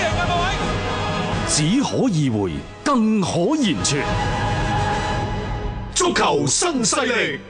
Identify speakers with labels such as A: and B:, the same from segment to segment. A: 零啊！各位，
B: 只可意會，更可言傳。
C: 足球新勢力，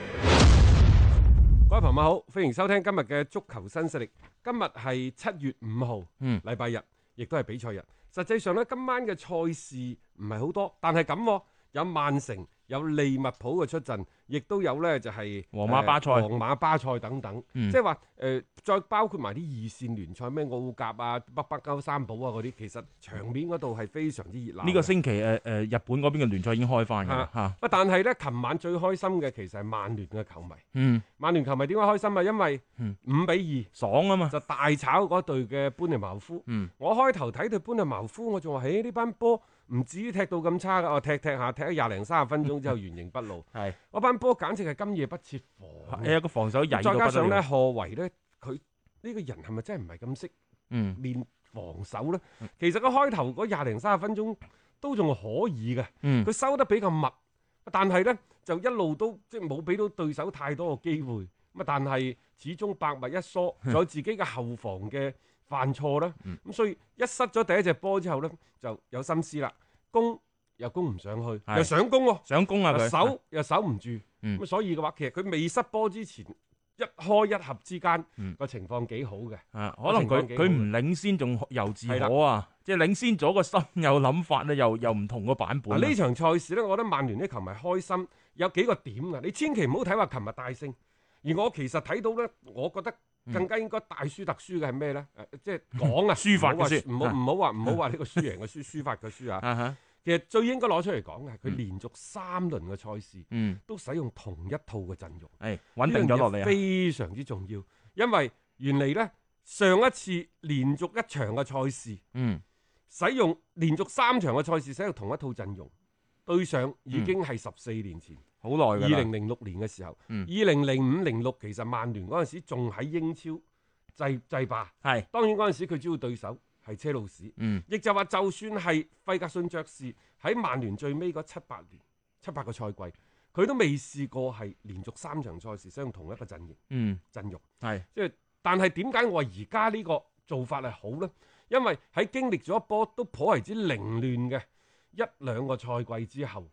A: 各位朋友好，歡迎收聽今日嘅足球新勢力。今日係七月五號，
B: 嗯
A: 禮拜日，亦都係比賽日。實際上呢，今晚嘅賽事唔係好多，但係咁喎有曼城、有利物浦嘅出陣，亦都有呢就係、
B: 皇馬巴塞
A: 呃皇馬巴塞等等，
B: 嗯
A: 即係話誒，再包括埋啲二線聯賽咩澳甲啊、北北歐三寶啊嗰啲，其實場面嗰度係非常之熱鬧嘅。
D: 呢個星期誒誒、呃日本嗰邊嘅聯賽已經開翻㗎啦嚇，
A: 喂，啊但係呢，琴晚最開心嘅其實係曼聯嘅球迷。
D: 嗯，
A: 曼聯球迷點解開心啊？因為
D: 嗯
A: 五比
D: 爽啊
A: 二
D: 嘛，
A: 就大炒嗰隊嘅班尼茅夫。
D: 嗯
A: 我開頭睇對班尼茅夫，我仲話：，誒呢班波唔至於踢到咁差㗎。我踢踢下，踢咗廿零三十分鐘之後，原形畢露。
D: 係
A: 嗰班波簡直係今夜不設防嘅。
D: 有個防守曳到
A: 再
D: 不
A: 加
D: 得
A: 上
D: 了
A: 呢，，賀維呢，佢呢個人係咪真係唔係咁識
D: 嗯，
A: 練防守呢？其實佢開頭嗰廿零三十分鐘都仲可以嘅。
D: 嗯
A: 佢收得比較密，但係呢，就一路都即係冇俾到對手太多嘅機會。咁啊，但係始終百密一疏，
D: 嗯
A: 仲有自己嘅後防嘅犯錯啦。咁、所以一失咗第一隻波之後呢，就有心思啦，攻又攻唔上去，
D: 係
A: 又想攻喎、
D: 想攻啊
A: 又
D: 佢，
A: 守又守唔住。咁、
D: 嗯
A: 所以嘅話，其實佢未失波之前。一開一合之間
D: 嗯
A: 個情況幾好嘅，
D: 啊可能
A: 個
D: 佢
A: 情況幾好
D: 佢唔領先仲由自
A: 係啦
D: 可啊，即係領先咗個心有諗法咧，又又唔同個版本
A: 嗱
D: 啊。
A: 呢場賽事呢，我覺得曼聯啲球迷開心有幾個點啊！你千祈唔好睇話琴日大勝，而我其實睇到呢，我覺得
D: 嗯
A: 更加應該大輸特輸嘅係咩呢？誒即係講 啊，
D: 輸法嘅輸
A: 唔好話
D: 啊
A: 唔好話唔好話呢個輸贏 嘅輸，輸法嘅輸啊！
D: 啊哈，
A: 其實最應該攞出嚟講嘅係佢連續三輪嘅賽事
D: 嗯，
A: 都使用同一套嘅陣容，
D: 誒穩定咗落嚟
A: 呢樣嘢
D: 啊，
A: 非常之重要，因為原嚟呢，上一次連續一場嘅賽事。
D: 嗯
A: 使用連續三場嘅賽事使用同一套陣容，對上已經係十四年前，
D: 好耐嗯㗎
A: 二
D: 啦
A: 零零六年嘅時候，二
D: 嗯
A: 零零五零六其實曼聯嗰陣時仲喺英超制制霸，
D: 係
A: 當然嗰陣時佢主要對手係車路士，
D: 嗯
A: 亦就話就算係費格遜爵士喺曼聯最尾嗰七八年七八個賽季，佢都未試過係連續三場賽事使用同一個陣型
D: 嗯
A: 陣容。
D: 係
A: 即係，但係點解我話而家呢個做法係好呢？因為喺經歷咗一波都頗為之凌亂嘅一兩個賽季之後，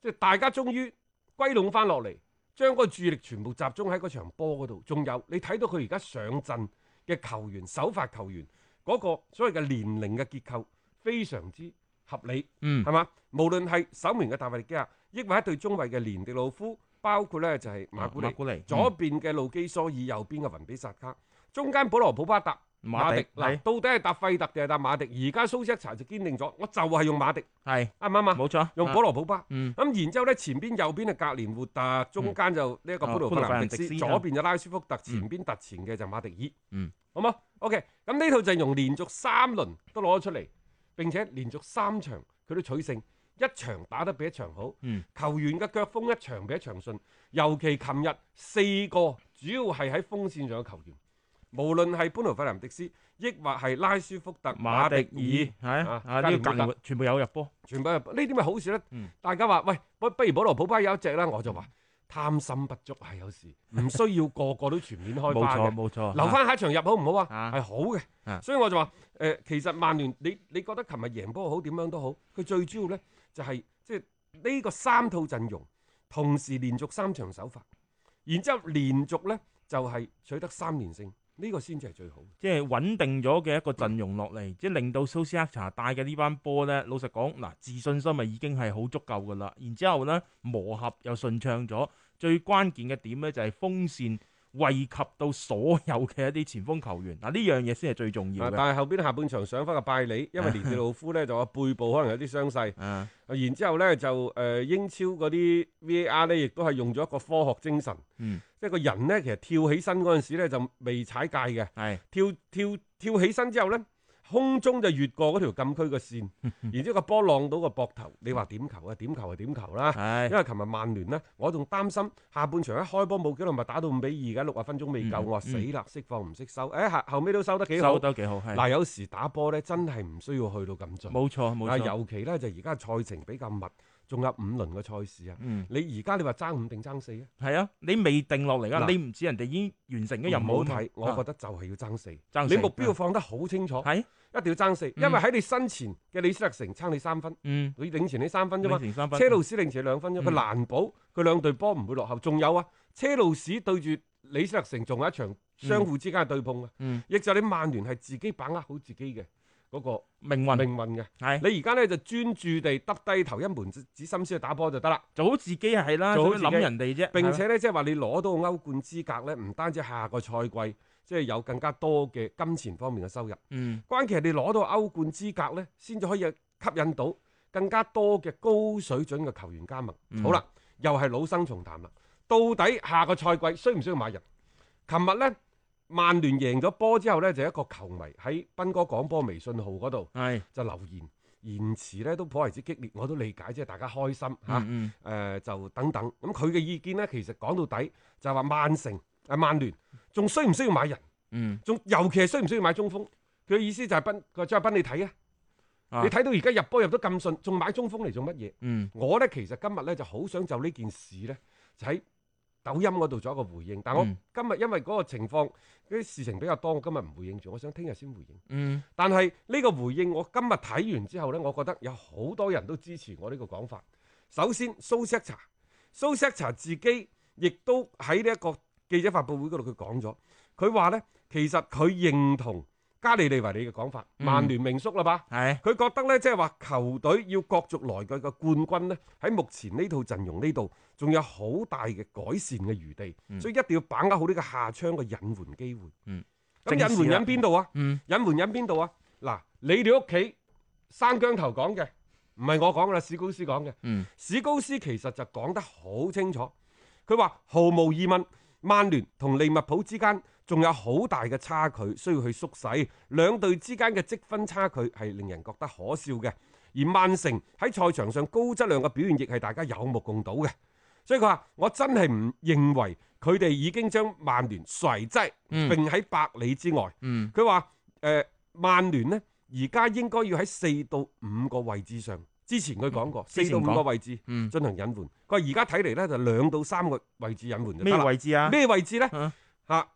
A: 即係大家終於歸攏翻落嚟，將個注意力全部集中喺嗰場波嗰度。仲有你睇到佢而家上陣嘅球員、首發球員嗰、個所謂嘅年齡嘅結構非常之合理。
D: 嗯
A: 係嘛？無論係守門嘅大衛迪基亞，抑或一對中衞嘅連迪魯夫，包括咧就係馬古尼、
D: 馬古尼
A: 左邊嘅路基蘇爾，右邊嘅雲比薩卡，中間保羅普巴特、
D: 馬迪
A: 嗱，
D: 係
A: 到底係搭費特定係搭馬迪？而家蘇斯克查就堅定咗，我就係用馬迪，
D: 係
A: 啱唔啱啊？
D: 冇錯，
A: 用
D: 啊
A: 保羅普巴。
D: 嗯
A: 咁然之後咧，前邊右邊係格連活特，中間就呢一個
D: 啊
A: 布魯弗
D: 布魯弗
A: 蘭
D: 蘭
A: 迪
D: 迪
A: 斯，
D: 斯
A: 左
D: 啊
A: 邊就拉舒福特，前邊突前嘅就馬迪爾。
D: 嗯，
A: 好冇？OK，咁呢套陣容連續三輪都攞咗出嚟，並且連續三場佢都取勝，一場打得比一場好。
D: 嗯
A: 球員嘅腳風一場比一場順，尤其琴日四個主要係喺鋒線上嘅球員，無論係班奴費南迪斯，抑或係拉舒福特、
D: 馬
A: 馬迪
D: 迪爾係
A: 啊
D: 啊啊
A: 加
D: 呢
A: 連
D: 個
A: 活特
D: 近全部有入波，
A: 全部係呢啲咪好事咧？
D: 嗯
A: 大家話喂，不不如保羅普巴有一隻啦，我就話貪心不足啊係有時，唔需要個個都全面開
D: 冇
A: 花
D: 錯
A: 嘅，
D: 冇錯，
A: 留翻下一場入好唔好啊？
D: 啊
A: 係好嘅，
D: 啊
A: 所以我就話誒，其實曼聯你你覺得琴日贏波好點樣都好，佢最主要咧就係即係呢個三套陣容同時連續三場首發，然之後連續咧就係取得三連勝，呢個先至係最好。
D: 即係穩定咗嘅一個陣容落嚟，即係令到蘇斯克查帶嘅呢班波呢，老實講嗱，自信心咪啊已經係好足夠噶啦。然之後呢，磨合又順暢咗，最關鍵嘅點呢，就係鋒線惠及到所有嘅一啲前鋒球員，嗱呢樣嘢先係最重要
A: 啊
D: 嘅。
A: 但係後邊下半場上翻個拜里，因為連迪路夫咧就話背部可能有啲傷勢。
D: 啊，
A: 然之後呢，就誒、呃英超嗰啲 VAR 呢，亦都係用咗一個科學精神，
D: 嗯
A: 即係個人呢，其實跳起身嗰陣時呢，就未踩界嘅，
D: 係
A: 跳跳跳起身之後呢，空中就越過嗰條禁區嘅線， 然之後個波浪到個膊頭，你話點球啊？點球係點球啦、
D: 係
A: 因為琴日曼聯呢，我仲擔心下半場一開波冇幾耐，咪打到五比二嘅，六啊分鐘未夠，
D: 嗯
A: 我話死啦，識放唔識收，誒、後後尾都收得幾好
D: 收。得幾好，係
A: 嗱，有時打波呢，真係唔需要去到咁盡。
D: 冇錯冇
A: 啊，
D: 錯，
A: 尤其呢，就而家賽程比較密，仲有五輪嘅賽事啊。
D: 嗯
A: 你而家你話爭五定爭四啊？
D: 係啊，你未定落嚟啊，
A: 嗱
D: 你唔知人哋已經完成咗任
A: 唔好
D: 務啊嘛
A: 睇，我覺
D: 啊
A: 得就係要爭四。
D: 爭
A: 你
D: 四嗯
A: 目標放得好清楚，
D: 係
A: 一定要爭四，因為喺你身前嘅李斯特城差你三分，
D: 嗯，
A: 佢領前你三分啫
D: 領
A: 嘛。
D: 前三分，
A: 車路士領前你兩分啫，佢
D: 嗯
A: 難保佢兩隊波唔會落後。仲有啊，車路士對住李斯特城仲有一場相互之間嘅對碰啊。
D: 嗯
A: 亦就係你曼聯係自己把握好自己嘅嗰
D: 命
A: 個
D: 運
A: 命運嘅。
D: 係
A: 你而家呢，就專注地耷低頭一門子心思去打波就得啦。
D: 做好自己係啦，
A: 做好
D: 做乜
A: 自
D: 諗
A: 己
D: 人哋啫？
A: 並
D: 係
A: 且咧，即係話你攞到歐冠資格咧，唔單止下個賽季即係有更加多嘅金錢方面嘅收入，
D: 嗯
A: 關鍵係你攞到歐冠資格咧，先至可以吸引到更加多嘅高水準嘅球員加盟。
D: 嗯
A: 好啦，又係老生重談啦，到底下個賽季需唔需要買人？琴日咧，曼聯贏咗波之後咧，就有一個球迷喺斌哥廣播微信號嗰度
D: 係
A: 就留言，言辭咧都頗為之激烈，我都理解，即係大家開心嚇。
D: 嗯嗯
A: 誒、就等等。咁佢嘅意見呢，其實講到底就係話曼城、誒、曼聯仲需唔需要買人？
D: 嗯
A: 仲尤其係需唔需要買中鋒？佢嘅意思就係斌，佢話張斌你睇啊，
D: 啊
A: 你睇到而家入波入得咁順，仲買中鋒嚟做乜嘢？
D: 嗯
A: 我呢，其實今日呢就好想就呢件事呢，就喺抖音嗰度做一個回應。但我
D: 嗯
A: 今日因為嗰個情況，嗰啲事情比較多，我今日唔回應住，我想聽日先回應。
D: 嗯
A: 但係呢個回應，我今日睇完之後呢，我覺得有好多人都支持我呢個講法。首先，蘇斯克查，蘇斯克查自己亦都喺呢一個記者發佈會嗰度，佢講咗，佢話呢，其實佢認同加里利維利嘅講法，
D: 嗯
A: 曼聯名宿啦吧。
D: 係。
A: 佢覺得呢，即係話球隊要角逐來季嘅冠軍呢，喺目前呢套陣容呢度，仲有好大嘅改善嘅餘地，
D: 嗯
A: 所以一定要把握好呢個下窗嘅引援機會。
D: 嗯，
A: 咁
D: 正
A: 引
D: 視
A: 援
D: 啦
A: 引邊度啊？
D: 嗯
A: 隱瞞隱邊度啊？嗱，你哋屋企生姜頭講嘅，唔係我講噶啦，史高斯講嘅。
D: 嗯
A: 史高斯其實就講得好清楚，佢話毫無疑問，曼聯同利物浦之間仲有好大嘅差距，需要去縮細。兩隊之間嘅積分差距係令人覺得可笑嘅，而曼城喺賽場上高質量嘅表現亦係大家有目共睹嘅。所以佢話：我真係唔認為佢哋已經將曼聯甩擠，
D: 嗯
A: 並喺百里之外。
D: 嗯
A: 佢話誒曼聯呢，而家應該要喺四到五個位置上。之前佢講過，
D: 之
A: 四
D: 前
A: 到五
D: 講
A: 個位置
D: 嗯
A: 進行引援。佢話而家睇嚟呢，就兩到三個位置引援就得
D: 咩
A: 啦。
D: 位置啊？
A: 嗯咩位置呢？
D: 啊
A: 嚇、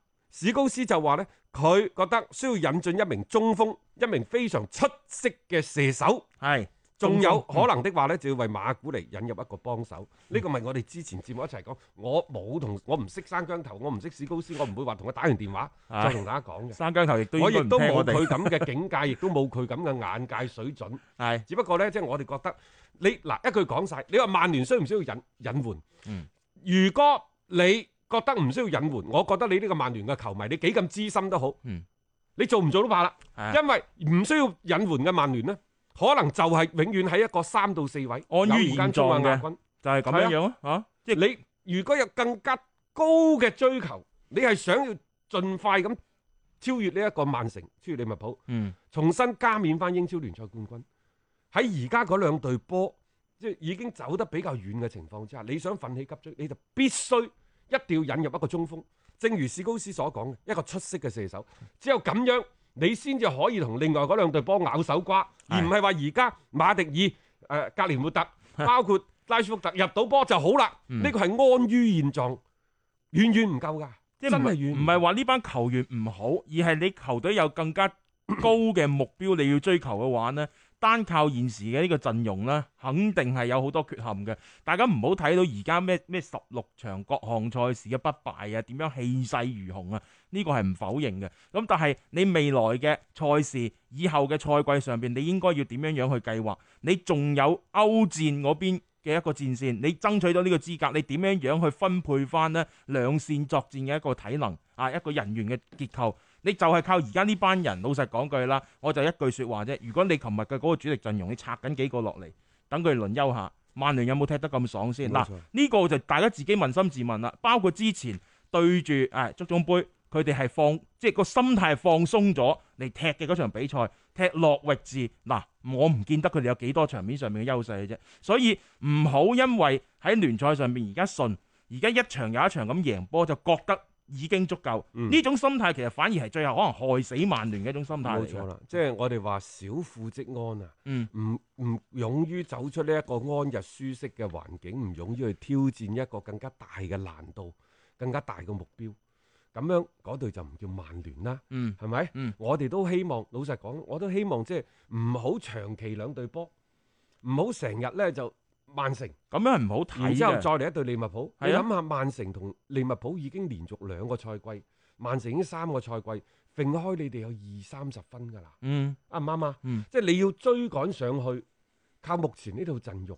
A: 史高斯就話呢，佢覺得需要引進一名中鋒，一名非常出色嘅射手。
D: 係
A: 仲有
D: 中鋒
A: 可能的話呢，就要為馬古尼引入一個幫手。呢個咪我哋之前節目一齊講，我冇同我唔識生姜頭，我唔識史高斯，我唔會話同佢打完電話
D: 唉
A: 再同大家講嘅。
D: 三姜頭亦都
A: 我亦
D: 應該
A: 都
D: 唔聽
A: 冇
D: 我哋
A: 佢咁嘅境界， 亦都冇佢咁嘅眼界水準。
D: 係
A: 只不過呢，即係我哋覺得你嗱一句講晒，你話曼聯需唔需要引引援？
D: 嗯
A: 如果你覺得唔需要引援，我覺得你呢個曼聯嘅球迷，你幾咁資深都好，
D: 嗯
A: 你做唔做都怕啦，
D: 係
A: 因為唔需要引援嘅曼聯呢，可能就係永遠喺一個三到四位，
D: 安於
A: 偶然間
D: 現
A: 衝下
D: 狀嘅
A: 亞軍。
D: 就係咁樣樣
A: 啊
D: 咯嚇，即係
A: 你如果有更加高嘅追求，你係想要盡快咁超越呢一個曼城，超越利物浦。
D: 嗯
A: 重新加冕翻英超聯賽冠軍。喺而家嗰兩隊波，即係已經走得比較遠嘅情況之下，你想奮起急追，你就必須一定要引入一個中鋒，正如史高斯所講嘅，一個出色嘅射手。只有咁樣，你先至可以同另外嗰兩隊波咬手瓜，而唔係話而家馬迪爾、誒、呃格連活 特，包括拉舒福特入到波就好啦。
D: 嗯
A: 呢個係安於現狀，遠遠唔夠㗎，
D: 即係
A: 真
D: 唔
A: 係
D: 係
A: 遠
D: 唔係話呢班球員唔好，而係你球隊有更 加高嘅目標你要追求嘅話呢。單靠現時嘅呢個陣容呢，肯定係有好多缺陷嘅。大家唔好睇到而家咩咩十六場各項賽事嘅不敗啊，點樣氣勢如虹啊，呢個係唔否認嘅。咁但係你未來嘅賽事，以後嘅賽季上邊，你應該要點樣樣去計劃？你仲有歐戰嗰邊嘅一個戰線，你爭取到呢個資格，你點樣樣去分配翻呢兩線作戰嘅一個體能啊，一個人員嘅結構？你就係靠而家呢班人，老實講句啦，我就一句説話啫。如果你琴日嘅嗰個主力陣容，你拆緊幾個落嚟，等佢輪休下，曼聯有冇踢得咁爽先？嗱
A: 冇錯，
D: 呢個就大家自己問心自問啦。包括之前對住啊誒足總杯，佢哋係放即係個心態係放鬆咗嚟踢嘅嗰場比賽，踢落域治嗱，我唔見得佢哋有幾多場面上面嘅優勢嘅啫。所以唔好因為喺聯賽上面而家順，而家一場又一場咁贏波，就覺得已經足夠。呢、
A: 嗯
D: 種心態其實反而係最後可能害死曼聯嘅一種心態
A: 冇
D: 嚟
A: 錯
D: 嘅。
A: 啦，即係我哋話小富即安啊，
D: 嗯
A: 唔唔勇於走出呢一個安逸舒適嘅環境，唔勇於去挑戰一個更加大嘅難度、更加大嘅目標，咁樣嗰隊就唔叫曼聯啦，
D: 嗯
A: 係咪？
D: 嗯
A: 我哋都希望，老實講，我都希望即係唔好長期兩隊波，唔好成日咧就曼城，
D: 咁樣係唔好
A: 然
D: 睇
A: 之後
D: 嘅。
A: 再嚟一隊利物浦。你
D: 係啊
A: 諗下，曼城同利物浦已經連續兩個賽季，曼城已經三個賽季，揈開你哋有二三十分㗎啦。
D: 嗯
A: 啱唔啱啊？
D: 嗯
A: 即係你要追趕上去，靠目前呢套陣容，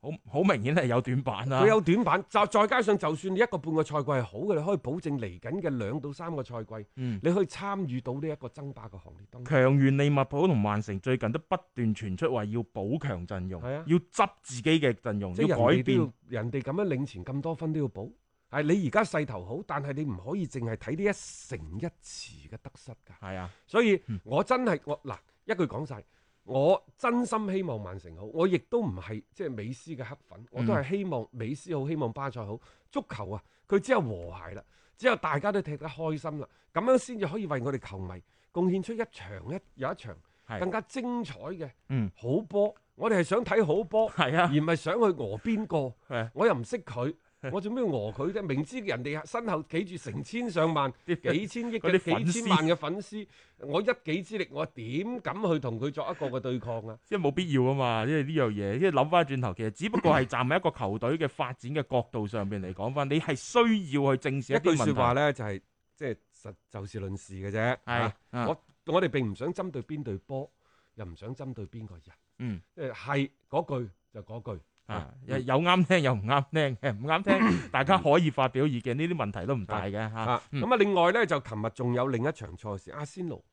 D: 好好明顯係有短板啦。
A: 佢有短板，就再加上就算你一個半個賽季係好嘅，你可以保證嚟緊嘅兩到三個賽季，
D: 嗯
A: 你可以參與到呢一個爭霸嘅行列當中。
D: 強援利物浦同曼城最近都不斷傳出話要補強陣容，
A: 係啊
D: 要執自己嘅陣容，
A: 即係
D: 要
A: 人
D: 改
A: 哋都
D: 變
A: 要。人哋咁樣領前咁多分都要補。係你而家勢頭好，但係你唔可以淨係睇呢一城一池嘅得失㗎。
D: 係啊，
A: 所以我真係我嗱一句講晒，我真心希望曼城好，我亦都唔係即係美斯嘅黑粉，
D: 嗯
A: 我都係希望美斯好，希望巴塞好。足球啊，佢只有和諧啦，只有大家都踢得開心啦，咁樣先至可以為我哋球迷貢獻出一場一有一場
D: 係
A: 更加精彩嘅
D: 嗯
A: 好波。我哋係想睇 好波，
D: 係啊
A: 而唔係想去餓邊個。
D: 係啊
A: 我又唔識 佢。我做咩要餓佢啫？明知人哋身後企住成千上萬、幾千億
D: 嗰啲
A: 嘅
D: 粉絲
A: 幾千萬嘅粉絲，我一己之力，我點敢去同佢作一個嘅對抗啊？
D: 即係冇必要啊嘛，因為呢樣嘢，即係諗翻轉頭，其實只不過係站喺一個球隊嘅發展嘅角度上邊嚟講翻，你係需要去正視
A: 一句
D: 啲
A: 説
D: 問
A: 話
D: 題。
A: 咧，就係即係實就事論事嘅啫。
D: 係
A: 啊，
D: 啊
A: 我我哋並唔想針對邊隊波，又唔想針對邊個人。
D: 嗯，
A: 即係係嗰句就嗰句。
D: 啊，有有啱聽有唔啱聽嘅，唔啱聽大家可以發表意見，呢啲問題都唔大嘅嚇。
A: 啊，咁啊，另外咧就琴日仲有另一場賽事，阿仙奴，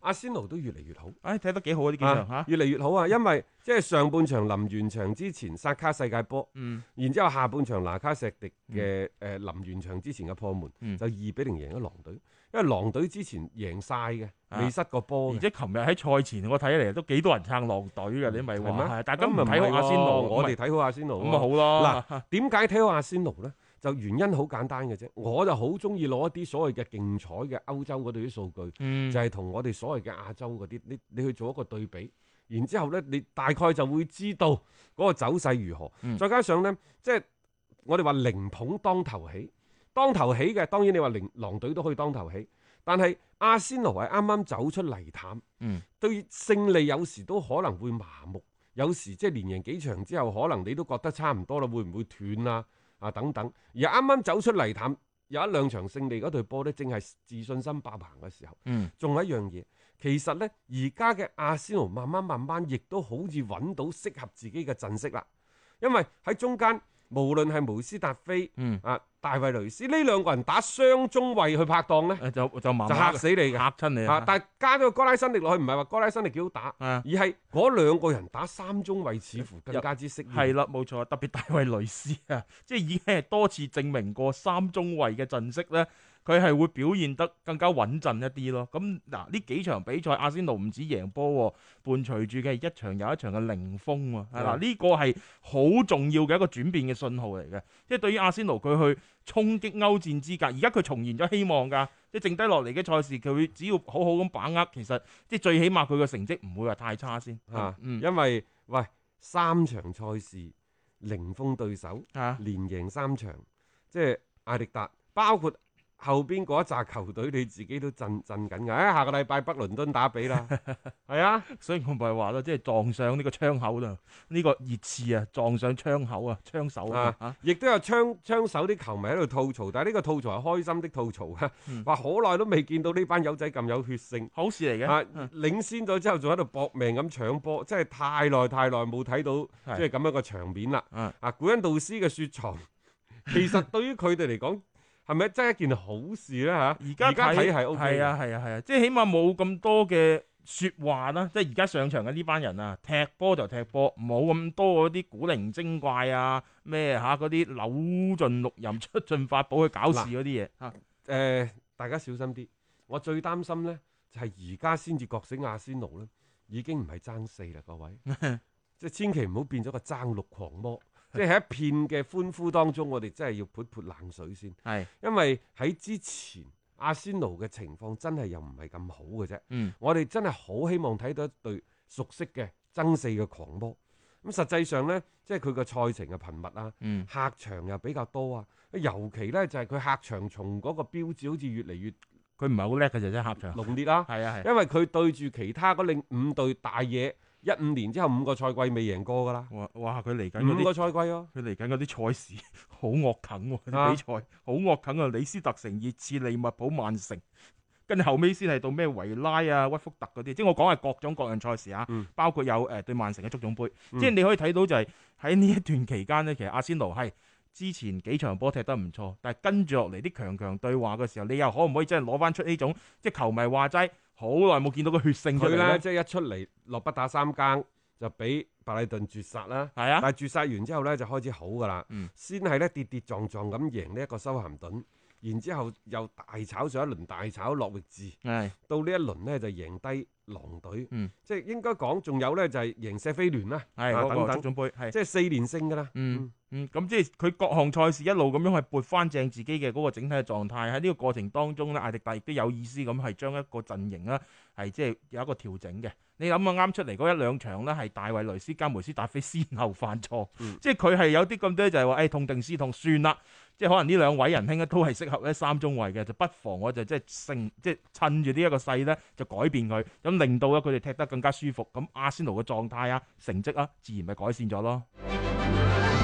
A: 阿仙奴都越嚟越好。
D: 唉，睇得幾好啊呢幾場
A: 啊
D: 嚇。
A: 越嚟越好啊！因為即係上半場臨完場之前，薩卡世界波，
D: 嗯
A: 然之後下半場拿卡石迪嘅誒臨完場之前嘅破門，
D: 嗯
A: 就二比零贏咗狼隊。因為狼隊之前贏晒嘅，
D: 啊
A: 未失過波
D: 而
A: 嘅。
D: 且琴日喺賽前我睇嚟都幾多人撐狼隊嘅，你咪
A: 嗯係咩
D: 話係，大家唔
A: 咁咪
D: 睇好
A: 係
D: 阿仙奴，
A: 喎我
D: 咪
A: 哋睇好阿仙奴
D: 咁
A: 喎。
D: 咪好咯。
A: 嗱，點解睇好阿仙奴呢？就原因好簡單嘅啫，我就好中意攞一啲所謂嘅競彩嘅歐洲嗰度啲數據，
D: 嗯
A: 就係同我哋所謂嘅亞洲嗰啲，你你去做一個對比，然之後呢，你大概就會知道嗰個走勢如何。
D: 嗯
A: 再加上呢，即係我哋話零捧當頭起，當頭起嘅當然你話零狼隊都可以當頭起，但係阿仙奴係啱啱走出泥潭，
D: 嗯
A: 對勝利有時都可能會麻木，有時即係連贏幾場之後，可能你都覺得差唔多啦，會唔會斷啊？啊等等，而啱啱走出泥潭有一兩場勝利嗰隊波呢，正係自信心爆棚嘅時候。
D: 嗯
A: 仲有一樣嘢，其實呢，而家嘅阿仙奴慢慢慢慢，亦都好似揾到適合自己嘅陣式啦。因為喺中間，無論係梅斯達菲、
D: 嗯
A: 啊大衛雷斯呢兩個人打雙中衞去拍檔呢，
D: 誒就就麻
A: 嗯就
D: 麻
A: 嚇
D: 嘅
A: 死你嘅。
D: 啊嚇親你
A: 啊！但係加咗個哥拉辛力落去，唔係話哥拉辛力幾好打，
D: 啊
A: 而係嗰兩個人打三中衞似乎更加之適應。
D: 係啦，冇錯，啊特別大衛雷斯啊， 即係已經係多次證明過三中衞嘅陣式咧，佢係會表現得更加穩陣一啲咯。咁嗱，呢幾場比賽阿仙奴唔止贏波喎，伴隨住嘅係一場又一場嘅零封喎。係啦，呢個係好重要嘅一個轉變嘅信號嚟嘅，即係對於阿仙奴佢去衝擊歐戰資格，而家佢重現咗希望㗎。即係剩低落嚟嘅賽事，佢只要好好咁把握，其實即係最起碼佢嘅成績唔會話太差先。
A: 啊，
D: 嗯
A: 因為喂三場賽事零封對手，
D: 啊，
A: 連贏三場，即係艾力達，包括後邊嗰一紮球隊，你自己都震震緊嘅。哎下個禮拜北倫敦打 比啦，係啊，
D: 所以我咪話咯，即係撞上呢個窗口啦，呢、個熱刺啊，撞上窗口啊，槍手啊，
A: 啊，亦都有槍槍手啲球迷喺度吐槽，但係呢個吐槽係開心的吐槽啊
D: 嗯，
A: 話好耐都未見到呢班友仔咁有血性。
D: 好事嚟嘅。
A: 啊！
D: 嗯
A: 領先咗之後，仲喺度搏命咁搶波，真係太耐太耐冇睇到
D: 係
A: 即係咁樣個場面啦
D: 嗯。
A: 啊，古恩導師嘅雪藏， 其實對於佢哋嚟講，係咪真係一件好事咧？嚇，
D: 而
A: 而家睇係
D: 係
A: O K
D: 係啊係啊係啊，即係起碼冇咁多嘅説話啦。即係而家上場嘅呢班人啊，踢波就踢波，冇咁多嗰啲古靈精怪啊，咩嚇嗰啲扭盡六壬出
A: 啊
D: 盡法寶去搞事嗰啲嘢。嚇嗯
A: 呃誒、大家小心啲。我最擔心呢，就係而家先至覺醒阿仙奴咧，已經唔係爭四啦，各位，即係千祈唔好變咗個爭六狂魔。即係喺一片嘅歡呼當中，我哋真係要潑潑冷水先，
D: 係
A: 因為喺之前阿仙奴嘅情況真係又唔係咁好嘅啫。
D: 嗯
A: 我哋真係好希望睇到一隊熟悉嘅爭四嘅狂魔。咁實際上呢，即係佢個賽程嘅頻密啊，
D: 嗯
A: 客場又比較多啊。尤其呢，就係、佢客場從嗰個標誌好似越嚟越
D: 佢唔係好叻嘅就啫，客場
A: 濃烈啦、
D: 係啊係
A: 因為佢對住其他嗰另五隊大嘢，一五年之後五個賽季未贏過㗎啦，
D: 哇哇！佢嚟緊嗰
A: 五個
D: 啲
A: 賽季咯、
D: 佢嚟緊嗰啲賽事 好惡啃喎，啲
A: 啊
D: 比賽好惡啃啊！李斯特城、熱刺、利物浦、曼城，跟住後尾先係到咩維拉啊、屈福特嗰啲，即係我講係各種各樣賽事啊，
A: 嗯
D: 包括有誒、呃、對曼城嘅足總杯，
A: 嗯
D: 即係你可以睇到就係喺呢一段期間呢，其實阿仙奴係。之前幾場波踢得唔錯，但係跟住落嚟啲強強對話嘅時候，你又可唔可以真係攞翻出呢種即係球迷話齋好耐冇見到個血性出
A: 佢
D: 嚟
A: 呢，
D: 咧？
A: 即係一出嚟落不打三更就俾白禮頓絕殺啦。
D: 係啊，
A: 但係絕殺完之後咧就開始好噶啦，
D: 嗯
A: 先係咧跌跌撞撞咁贏呢一個修咸頓，然之後又大炒上一輪大炒諾域治，
D: 係
A: 到呢一輪呢就贏低狼隊，
D: 嗯
A: 即係應該講仲有咧就係贏錫菲聯啦，
D: 係
A: 啊
D: 嗰個足
A: 等等，
D: 總杯係。
A: 即係四連勝噶啦，
D: 嗯嗯，咁即係佢各項賽事一路咁樣去撥翻正自己嘅嗰個整體嘅狀態。喺呢個過程當中咧，艾迪達亦都有意思咁係將一個陣型啦，係即係有一個調整嘅。你諗下啱出嚟嗰一兩場咧，係大衛雷斯加梅斯達菲先後犯錯，
A: 嗯
D: 即係佢係有啲咁多就係話誒哎痛定思痛算啦。即係可能呢兩位仁兄咧都係適合咧三中衞嘅，就不妨我就即係勝即係趁住呢一個勢咧就改變佢，咁令到咧佢哋踢得更加舒服。咁阿仙奴嘅狀態啊、成績啊，自然咪改善咗咯。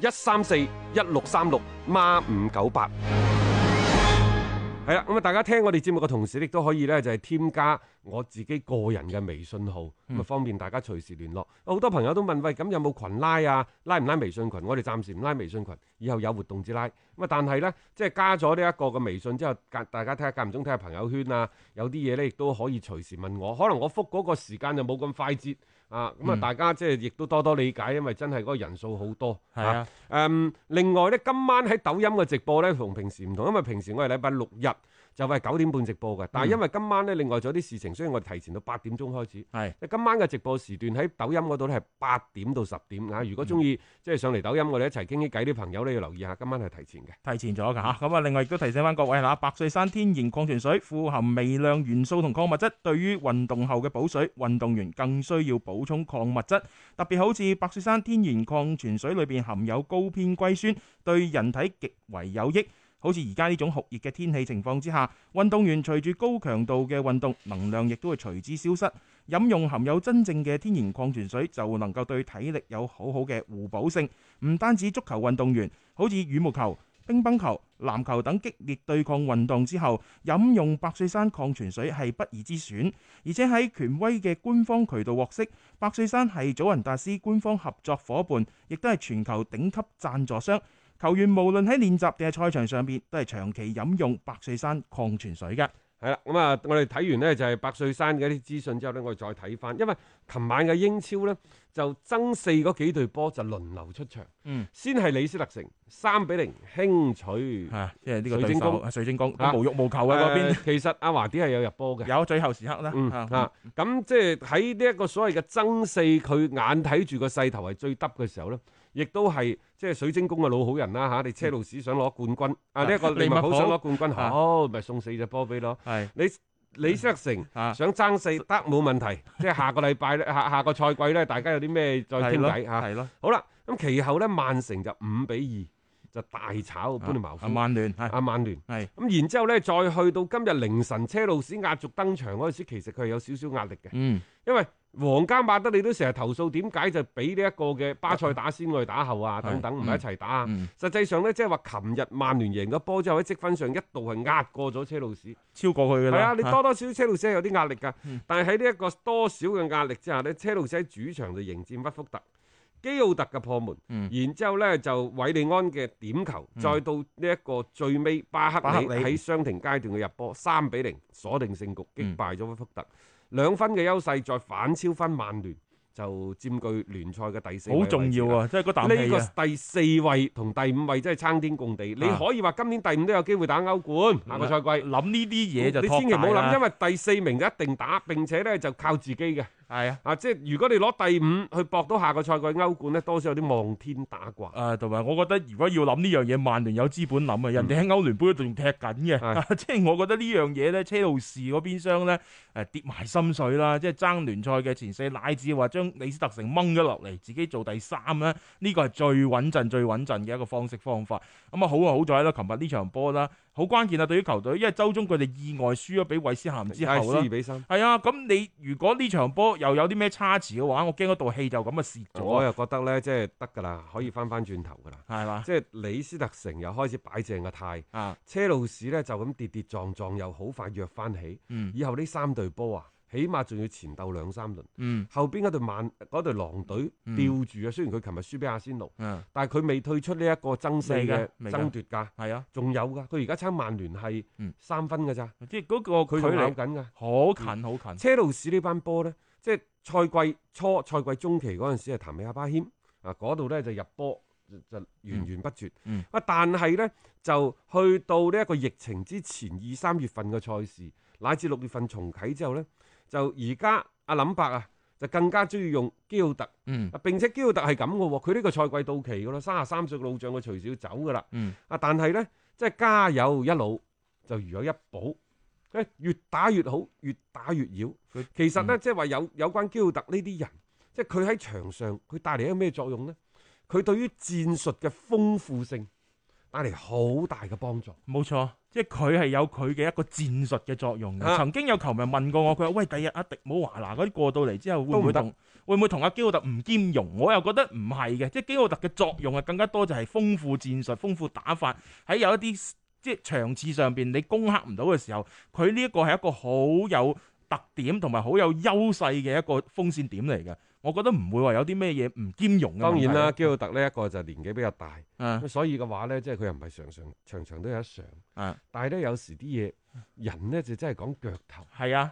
A: 一三四一六三六孖五九八。係啦，咁啊，大家聽我哋節目嘅同時，亦都可以咧就係添加我自己個人嘅微信號，咁啊、方便大家隨時
D: 嗯
A: 聯絡。好多朋友都問喂，咁有冇群拉啊？拉唔拉微信群？我哋暫時唔拉微信群，以後有活動至拉。咁啊，但係咧，即係加咗呢一個嘅微信之後，間大家睇下間唔中睇下朋友圈啊，有啲嘢咧亦都可以隨時問我。可能我覆嗰個時間就冇咁快捷啊，咁啊，
D: 嗯
A: 大家即係亦都多多理解，因為真係嗰個人數好多。
D: 係啊。
A: 誒、嗯另外咧，今晚喺抖音嘅直播咧，同平時唔同，因為平時我係禮拜六日就係九點半直播嘅，但係因為今晚咧，另外仲有啲事情，所以我哋提前到八點鐘開始。
D: 係
A: 今晚嘅直播時段喺抖音嗰度咧係八點到十點啊！如果中意即係上嚟抖音，我哋一齊傾傾偈啲朋友咧，要留意下，今晚係提前嘅。
D: 提前咗㗎嚇。咁啊，另外亦都提醒翻各位啦，白水山天然礦泉水富含微量元素同礦物質，對於運動後嘅補水，運動員更需要補充礦物質。特別好似白水山天然礦泉水裏邊含有高偏硅酸，對人體極為有益。好似而家呢種酷熱嘅天氣情況之下，運動員隨住高強度嘅運動，能量亦都會隨之消失。飲用含有真正嘅天然礦泉水，就能夠對體力有好好嘅互補性。唔單止足球運動員，好似羽毛球、乒乓球、籃球等激烈對抗運動之後，飲用白水山礦泉水係不二之選。而且喺權威嘅官方渠道獲悉，白水山係祖雲達斯官方合作伙伴，亦都係全球頂級贊助商。球員無論喺練習定係賽場上邊，都係長期飲用白水山礦泉水嘅。
A: 係啦，咁啊，我哋睇完呢就係百歲山嘅一啲資訊之後呢，我哋再睇翻，因為琴晚嘅英超呢，就爭四嗰幾隊波就輪流出場，
D: 嗯，
A: 先係李斯特城三比零輕取。
D: 啊，即係呢個
A: 水
D: 對
A: 晶宮
D: 手水晶宮
A: 啊
D: 都無欲無求嘅嗰邊，
A: 誒其實阿華啲係有入波嘅。
D: 有最後時刻啦。
A: 嗯
D: 啊
A: 啊，咁即係喺呢一個所謂嘅爭四，佢眼睇住個勢頭係最耷嘅時候咧，亦都係即係水晶宮嘅老好人啦嚇。你車路士想攞冠軍，啊呢一個利物浦想攞冠軍，
D: 啊
A: 好咪送四隻波俾咯。
D: 係
A: 你李斯特城
D: 啊，
A: 想爭四得冇問題，即係下個禮拜咧， 下下個賽季咧，大家有啲咩再傾
D: 係咯
A: 偈嚇。
D: 係咯，啊
A: 好啦，咁其後咧，曼城就五比二就大炒般尼茅夫
D: 啊，曼聯係
A: 阿曼聯。
D: 係。
A: 咁然之後呢，再去到今日凌晨車路士壓軸登場嗰陣時，其實佢係有少少壓力嘅，
D: 嗯，
A: 因為皇家馬德里都成日投訴點解就俾呢一個嘅巴塞打先，我哋打後啊，
D: 係
A: 等等唔係一齊打啊。
B: 嗯
A: 實際上呢，即係話琴日曼聯贏咗波之後喺積分上一度係壓過咗車路士。
D: 超過佢㗎啦。
A: 係啊，你
D: 嚇
A: 多多少少車路士係有啲壓力㗎
D: 嗯。
A: 但係喺呢一個多少嘅壓力之下呢，車路士喺主場就迎戰屈福特，基奧特嘅破門，
B: 嗯
A: 然之後呢就韋利安嘅點球，
D: 嗯
A: 再到呢一個最尾巴克
E: 巴
A: 里
E: 克里
A: 喺傷停階段嘅入波，三比零鎖定勝局，擊
B: 嗯
A: 敗咗屈福特，兩分嘅優勢再反超翻曼聯，就佔據聯賽嘅第四位
D: 好
A: 嘅位
D: 重
A: 置
D: 要
A: 啦！
D: 啊！即係嗰啖
A: 呢
D: 氣啊！
A: 個第四位同第五位真係爭天共地，你
D: 啊
A: 可以話今年第五都有機會打歐冠，下個賽季。
D: 諗呢啲嘢就
A: 你千祈唔好
D: 托大啦
A: 諗，因為第四名就一定打，並且咧就靠自己嘅。
D: 係啊。
A: 啊，即係如果你攞第五去搏到下個賽季歐冠咧，多少有啲望天打卦。
D: 誒，同埋我覺得如果要諗呢樣嘢，曼聯有資本諗啊！人哋喺歐聯杯嗰度仲踢緊嘅，
A: 嗯 係
D: 即係我覺得呢樣嘢咧，車路士嗰邊商咧誒跌埋心水啦，即係爭聯賽嘅前四，乃至話將李斯特城掹咗落嚟，自己做第三咧，呢個係最穩陣、最穩陣嘅一個方式方法。咁啊好啊好在啦，琴日呢場波啦，好關鍵啊對於球隊，因為周中佢哋意外輸咗俾韋斯咸之
A: 係
D: 後
A: 輸
D: 啦
A: 二。比三，
D: 係啊，咁你如果呢場波又有啲咩差池嘅話，我驚嗰道氣就咁啊蝕
A: 我
D: 咗啊，
A: 又覺得咧，即係得㗎啦，可以翻翻轉頭㗎啦。
D: 係嘛
A: 即係李斯特城又開始擺正個態，
D: 啊，
A: 車路士咧就咁跌跌撞撞，又好快約翻起。
D: 嗯
A: 以後呢三隊波啊，起碼仲要前鬥兩三輪。
D: 嗯
A: 後邊嗰隊曼嗰隊狼隊
D: 嗯
A: 吊住啊，雖然佢琴日輸俾阿仙奴，
D: 嗯。
A: 但係佢未退出呢一個爭四
D: 未㗎
A: 嘅
D: 未㗎
A: 爭奪㗎。
D: 係啊，
A: 仲有噶，佢而家差曼聯係
D: 嗯
A: 三分噶咋，
D: 即係嗰個
A: 佢
D: 距
A: 仲咬
D: 離
A: 緊噶。
D: 好近好近。
A: 車路士呢班波呢，即係賽季初、賽季中期嗰陣時係譚美亞巴謙啊，嗰度呢就入波就就源源不絕。啊、
D: 嗯
A: 但係呢，就去到呢一個疫情之前二三月份嘅賽事，乃至六月份重啟之後呢，就而家阿林伯啊，就更加中意用基奧特。
D: 嗯
A: 啊，並且基奧特係咁嘅喎，佢呢個賽季到期嘅啦，三十三歲嘅老將佢隨時要走嘅啦。
D: 嗯
A: 啊，但係呢，即係家有一老就如有一寶，誒越打越好，越打越妖
D: 佢。
A: 其實
D: 嗯
A: 呢，即係話有有關基奧特呢啲人，即係佢喺場上佢帶嚟一個咩作用呢？佢對於戰術嘅豐富性帶嚟好大嘅幫助。
D: 冇錯，即係佢係有佢嘅一個戰術嘅作用嘅。
A: 啊
D: 曾經有球迷問過我，佢話：喂，第日阿迪姆華拿嗰啲過到嚟之後，會唔會
A: 都
D: 同會唔會同阿基奧特唔兼容？我又覺得唔係嘅，即係基奧特嘅作用啊係更加多就係豐富戰術、豐富打法，喺有一啲即係場次上邊你攻克唔到嘅時候，佢呢一個係一個好有特點同埋好有優勢嘅一個風扇點嚟嘅。我覺得唔會話有啲咩嘢唔兼容嘅。
A: 當然啦，，基奧特呢一個就年紀比較大，
D: 嗯
A: 咁所以嘅話呢，即係佢又唔係常常場場都有得上。
D: 啊
A: 但係呢，有時啲嘢人呢就真係講腳頭。
D: 係啊，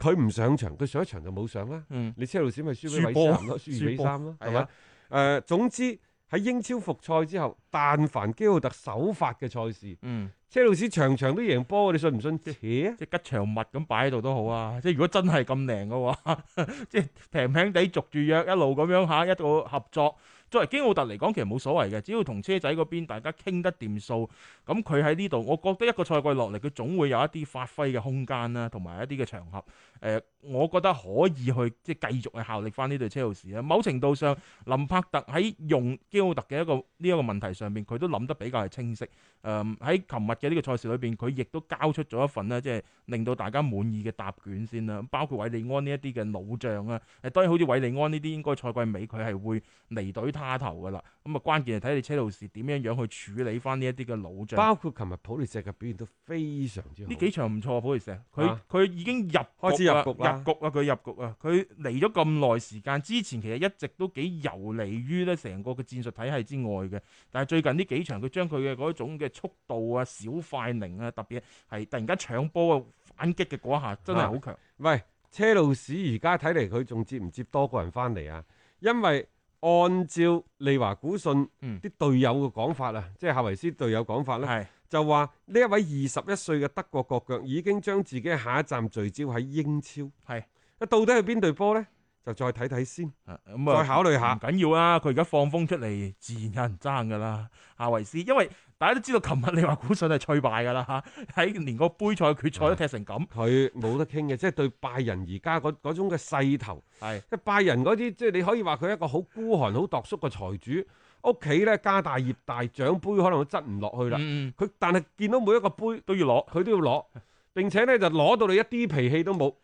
A: 佢唔上場，佢上一場就冇上啦。啊
D: 嗯。
A: 你車路士咪輸俾
D: 輸波
A: 韋斯咸咯，輸二比三咯，
D: 輸波
A: 係
D: 係
A: 咪
D: 啊？
A: 誒，總之喺英超復賽之後，但凡基奧特首發嘅賽事，
D: 嗯，
A: 車路士場場都贏波，你信唔信？扯啊！
D: 即係吉祥物咁擺喺度都好啊！即係如果真係咁靈嘅話， 即係平平地續住約一路咁樣嚇，一個合作。作為基奧特嚟講，其實冇所謂嘅，只要同車仔嗰邊大家傾得掂數，咁佢喺呢度，我覺得一個賽季落嚟，佢總會有一啲發揮嘅空間啦，同埋一啲嘅場合。誒、我覺得可以去即係繼續去效力翻呢隊車路士啊。某程度上，林柏特喺用基奧特嘅一個呢一個問題上面，佢都諗得比較係清晰。誒喺琴日嘅呢個賽事裏邊，佢亦都交出咗一份咧，即係令到大家滿意嘅答卷先啦。包括韋利安呢一啲嘅老將啊，誒當然好似韋利安呢啲，應該賽季尾佢係會離隊他頭噶啦。咁啊，關鍵係睇你車路士點樣樣去處理翻呢一啲嘅老將。
A: 包括琴日普利石嘅表現都非常之好。
D: 呢幾場唔錯，普利石，佢
A: 啊
D: 佢已經入局啦
A: 開始入局啦
D: 入局啦，佢入局啊！佢嚟咗咁耐時間，之前其實一直都幾游離於咧成個嘅戰術體系之外嘅，但係最近呢幾場佢將佢嘅嗰種嘅速度啊、小快靈啊，特別係突然間搶波啊、反擊嘅嗰一下，真係好強。
A: 喂，車路士而家睇嚟佢仲接唔接多個人翻嚟啊？因為按照利華古信
D: 嗯
A: 啲隊友嘅講法啊，即係夏維斯隊友講法咧。
D: 係
A: 就話呢一位二十一歲嘅德國國腳已經將自己嘅下一站聚焦喺英超。
D: 係
A: 咁到底係邊隊波呢？就再睇睇先，
D: 啊咁啊
A: 再，考慮下
D: 唔。緊要啊！佢而家放風出嚟，自然有人爭噶啦。夏維斯，因為大家都知道，琴日你話古信係脆敗噶啦嚇，喺連個杯賽決賽
A: 啊
D: 都踢成咁，
A: 佢冇得傾嘅，即係對拜仁而家嗰嗰種嘅勢頭，
D: 係
A: 即係拜仁嗰啲，即係你可以話佢一個好孤寒、好度縮嘅財主，屋企呢，家大業大，獎杯可能都執唔落去啦。
D: 嗯嗯
A: 佢但係見到每一個杯
D: 都要攞。
A: 佢都要攞。並且咧就攞到你一啲脾氣都冇。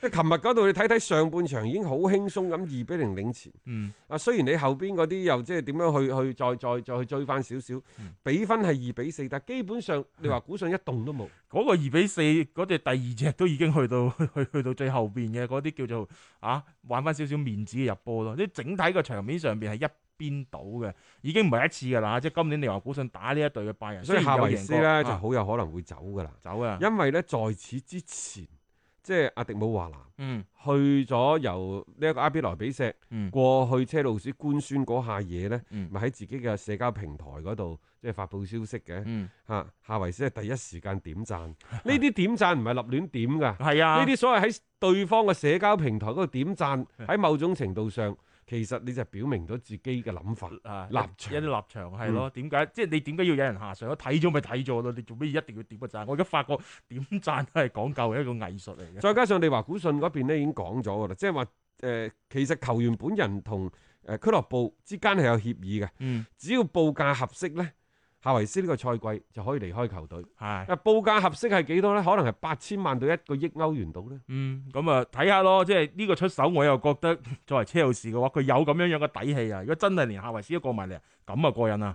A: 即係琴日嗰度你睇睇上半場已經好輕鬆咁二比零領前。
D: 嗯，
A: 啊，雖然你後邊嗰啲又即係點樣去去再再再去追翻少少，
D: 嗯
A: 比分係二比四，但基本上你話估信一動都冇。
D: 嗰、個二比四嗰只第二隻都已經去到 去去到最後邊嘅嗰啲叫做啊玩翻少少面子嘅入波咯，即係整體個場面上邊係一邊倒嘅，已經唔係一次㗎啦，即係今年利華古信打呢一隊嘅拜仁，
A: 所以
D: 雖
A: 夏
D: 然有贏
A: 維斯
D: 過
A: 咧就
D: 啊
A: 好有可能會走㗎啦，
D: 走啊，
A: 因為咧在此之前，即係阿迪姆華南
D: 嗯
A: 去咗由呢一個阿比萊比錫
D: 嗯
A: 過去車路士官宣嗰下嘢咧，
D: 嗯
A: 咪喺自己嘅社交平台嗰度即係發布消息嘅。
D: 嗯，
A: 嚇，夏維斯係第一時間點 贊，呢啲點贊唔係立亂點㗎。
D: 係啊，
A: 呢啲所謂喺對方嘅社交平台嗰度點贊，喺某種程度上，其實你就表明咗自己嘅諗法。
D: 啊
A: 立場嗯
D: 一啲立場係咯，點解即係你點解要有人下水？我睇咗咪睇咗咯，你做咩一定要點個贊？我而家發覺點贊係講究一個藝術嚟嘅。
A: 再加上利華古信嗰邊咧已經講咗㗎啦，即係話誒，其實球員本人同誒俱樂部之間係有協議嘅，
D: 嗯，
A: 只要報價合適咧，夏維斯呢個賽季就可以離開球隊。
D: 係，
A: 啊，報價合適係幾多咧？可能係八千萬到一個億歐元到咧。
D: 嗯，咁啊睇下咯，即係呢個出手，我又覺得作為車路士嘅話，佢有咁樣樣嘅底氣啊！如果真係連夏維斯都過埋嚟，咁啊過癮啊！